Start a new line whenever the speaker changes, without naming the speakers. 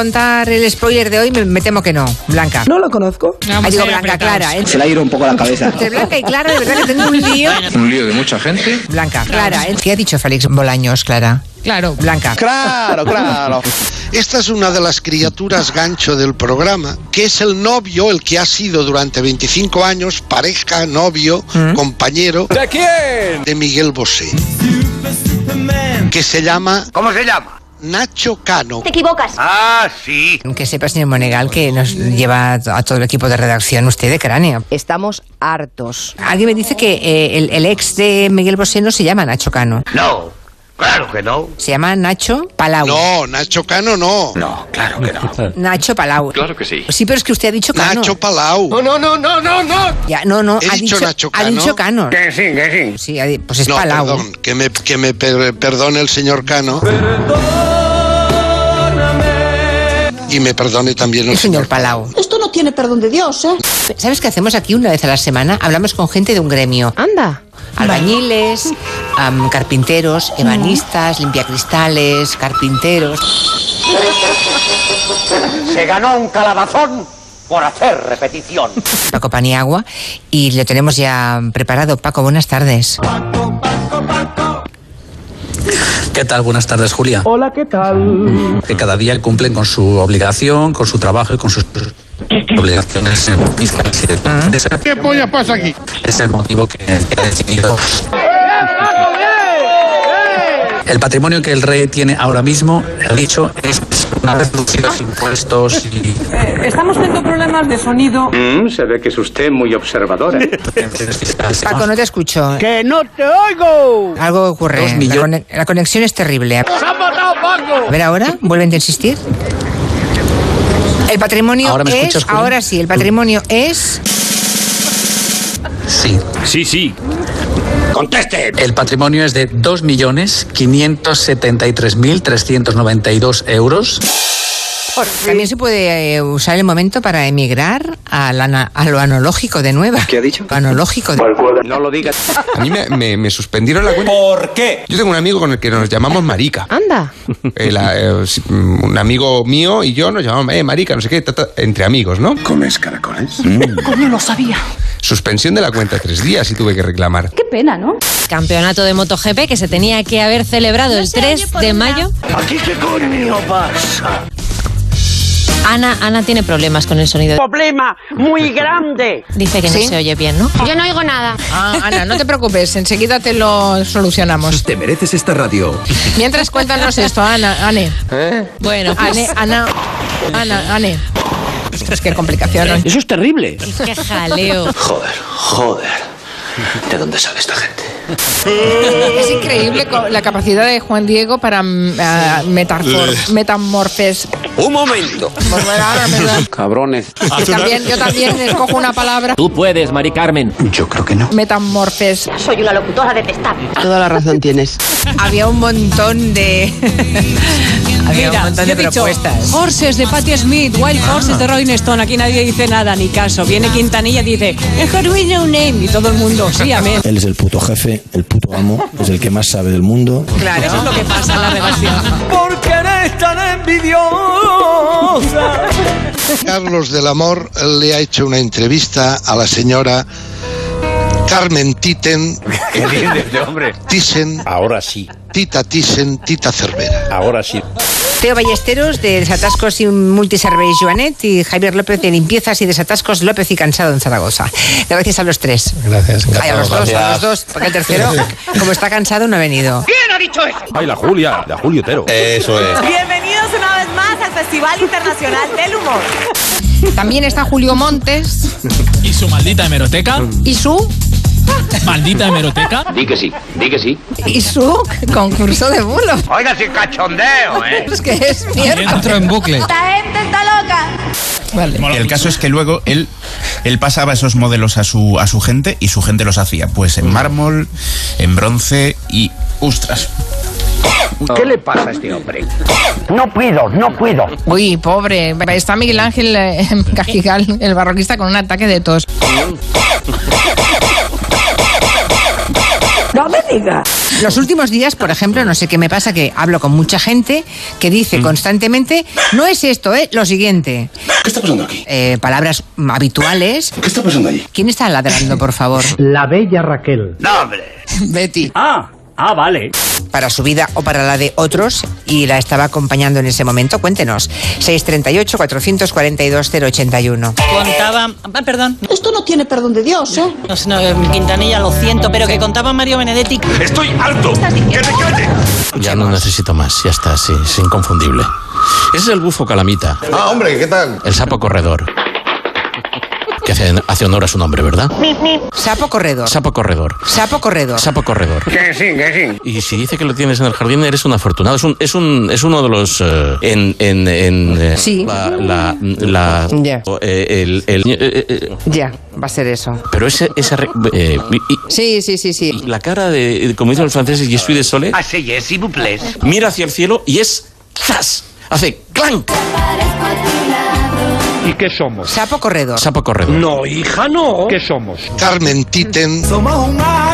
contar el spoiler de hoy? Me, me temo que no, Blanca.
No lo conozco.
Ahí digo Blanca, Clara. ¿eh?
Se le ha ido un poco la cabeza.
Entre Blanca y Clara, de verdad que tengo un lío.
Un lío de mucha gente.
Blanca, Clara. ¿eh? ¿Qué ha dicho Félix Bolaños, Clara?
Claro.
Blanca.
Claro, claro.
Esta es una de las criaturas gancho del programa, que es el novio, el que ha sido durante 25 años pareja, novio, compañero
¿De quién?
de Miguel Bosé, que se llama
¿Cómo se llama?
Nacho Cano.
Te equivocas.
Ah, sí.
Que sepa, señor Monegal, que nos lleva a todo el equipo de redacción usted de cráneo.
Estamos hartos.
Alguien me dice que eh, el, el ex de Miguel Bosé no se llama Nacho Cano.
No, claro que no.
Se llama Nacho Palau.
No, Nacho Cano no.
No, claro que no.
Nacho Palau.
Claro que sí.
Sí, pero es que usted ha dicho Cano.
Nacho Palau.
Ya, no, no.
He
ha
dicho
dicho,
Nacho
Ha
Cano.
dicho Cano.
Que sí, que sí.
Sí, ha di- pues es
No,
Palau.
perdón, que me, que me per- perdone el señor Cano. Y me perdone también
El
el
señor
señor
Palau.
Esto no tiene perdón de Dios, ¿eh?
¿Sabes qué hacemos aquí una vez a la semana? Hablamos con gente de un gremio.
Anda.
Albañiles, am, carpinteros, ebanistas, limpiacristales, carpinteros.
Se ganó un calabazón por hacer repetición.
Paco Paniagua. Y lo tenemos ya preparado. Paco, buenas tardes.
¿Qué tal? Buenas tardes, Julia. Hola, ¿qué tal? Que cada día cumplen con su obligación, con su trabajo y con sus obligaciones. ¿Qué polla pasa aquí? Es el motivo que he decidido. El patrimonio que el rey tiene ahora mismo, he dicho, es una vez reducidos impuestos y
Estamos teniendo problemas de sonido.
Mm, se ve que es usted muy observadora.
prevenciones fiscales.
Paco, no te escucho.
¡Que no te oigo!
Algo ocurre.
Dos
La
millones.
cone- La, conexión es terrible. A ver ahora, vuelven a insistir. El patrimonio
Ahora me
es.
escuchas, Julia.
ahora sí, el patrimonio es.
Sí.
Sí, sí.
¡Conteste!
El patrimonio es de 2.573.392 euros.
También se puede eh, usar el momento para emigrar a, la na- a lo analógico de nueva.
¿Qué ha dicho?
Analógico. De...
No lo digas.
A mí me, me- me suspendieron la cuenta.
¿Por qué?
Yo tengo un amigo con el que nos llamamos Marica.
Anda.
Eh, la- eh, si- mm, un amigo mío y yo nos llamamos, eh, Marica, no sé qué, ta, ta, entre amigos, ¿no? Mm.
¿Comes caracoles?
Suspensión de la cuenta tres días y tuve que reclamar.
Qué pena, ¿no?
Campeonato de MotoGP que se tenía que haber celebrado el 3 de mayo.
¿Aquí qué coño pasa?
Ana, Ana tiene problemas con el sonido.
Problema muy grande.
Dice que no
¿Sí?
se oye bien, ¿no?
Yo no oigo nada.
Ah, Ana, no te preocupes, enseguida te lo solucionamos.
Te mereces esta radio.
Mientras cuéntanos esto, Ana, Ane,
¿Eh?
Bueno, pues,
Ane, Ana, Ana, Ane. Es que complicaciones.
Eso es terrible.
qué jaleo.
Joder, joder. ¿De dónde sale esta gente?
Es increíble co- la capacidad de Juan Diego para mm, ah, metarfor- metamorfes. Pues
Un momento.
Volver a- me da-
Cabrones.
Yo también, yo también escojo una palabra.
Tú puedes, Mari Carmen. Yo creo que no.
Metamorfes.
Soy una locutora detestable.
Toda la razón tienes.
Había un montón de. Había
Mira,
un montón
yo
de
he dicho,
propuestas.
Horses de Patti Smith, Wild
Ah.
Horses de Rolling Stone. Aquí nadie dice nada, ni caso. Viene Quintanilla y dice, Mejor we no name. Y todo el mundo, sí, amén.
Él es el puto jefe, el puto amo, es el que más sabe del mundo.
Claro.
Eso es lo que pasa en la relación.
Porque eres tan envidiosa.
Carlos del Amor le ha hecho una entrevista a la señora Carmen Titen,
¿Qué dices, hombre?
Thyssen,
Ahora sí,
Tita Thyssen, Tita Cervera.
ahora sí.
Teo Ballesteros de Desatascos y Multiservice Joanet y Javier López de Limpiezas y Desatascos López y Cansado en Zaragoza. Gracias a los tres.
Gracias,
Ay, a los dos, a los dos, porque el tercero, como está cansado, no ha venido.
Ay, la Julia, la Julio Tero.
Eh,
Eso es.
Bienvenidos una vez más al Festival Internacional del Humor.
También está Julio Montes
¿Y su maldita hemeroteca?
y su
¿Maldita hemeroteca?
Di que sí, di que sí.
y su concurso de bulos.
Oiga, sin cachondeo, ¿eh?
Es que es mierda.
en bucle.
Esta gente está loca.
El caso es que luego él, él pasaba esos modelos a su, a su gente y su gente los hacía, pues en mármol, en bronce y... ¡Ostras!
¿Qué le pasa a este hombre?
Uy, pobre. Está Miguel Ángel eh, Cajigal, el barroquista, con un ataque de tos.
No me digas. Los últimos días, por ejemplo, no sé qué me pasa, que hablo con mucha gente que
Mm.
dice constantemente, no es esto, ¿eh? Lo siguiente.
¿Qué está pasando aquí?
Eh, palabras mm, habituales.
¿Qué está pasando allí?
¿Quién está ladrando, por favor? La bella Raquel.
No, hombre.
Betty. Ah, ah, vale. Para su vida o para la de otros y la estaba acompañando en ese momento, cuéntenos. 638-442-081.
Contaba. Ah, perdón. Esto no tiene perdón de Dios, ¿eh? No, sé, no, en Quintanilla lo siento, pero que contaba Mario Benedetti. ¡Estoy harto! ¡Que te calles!
Ya no necesito más, ya está, sí, es inconfundible. Ese es el bufo calamita. Ah, hombre, ¿qué tal? El sapo corredor. Que hace, hace honor a su nombre, ¿verdad?
Sapo corredor.
Sapo corredor.
Sapo corredor.
Sapo corredor.
Que sí, que sí.
Y si dice que lo tienes en el jardín, eres un afortunado. Es, un, es, un, es uno de los. eh, en. en, en eh,
Sí.
La. la, la-
Ya.
o, eh, el, el- eh, eh,
Ya, va a ser eso.
pero ese. esa re- eh, y- y-
Sí, sí, sí, sí.
la cara de. Como dicen los franceses, Je suis de sole. Mira hacia el cielo y es. ¡Zas! Hace clank.
¿Y qué somos? Sapo corredor.
Sapo corredor.
No, hija, no. ¿Qué somos? Carmen Titen. Somos un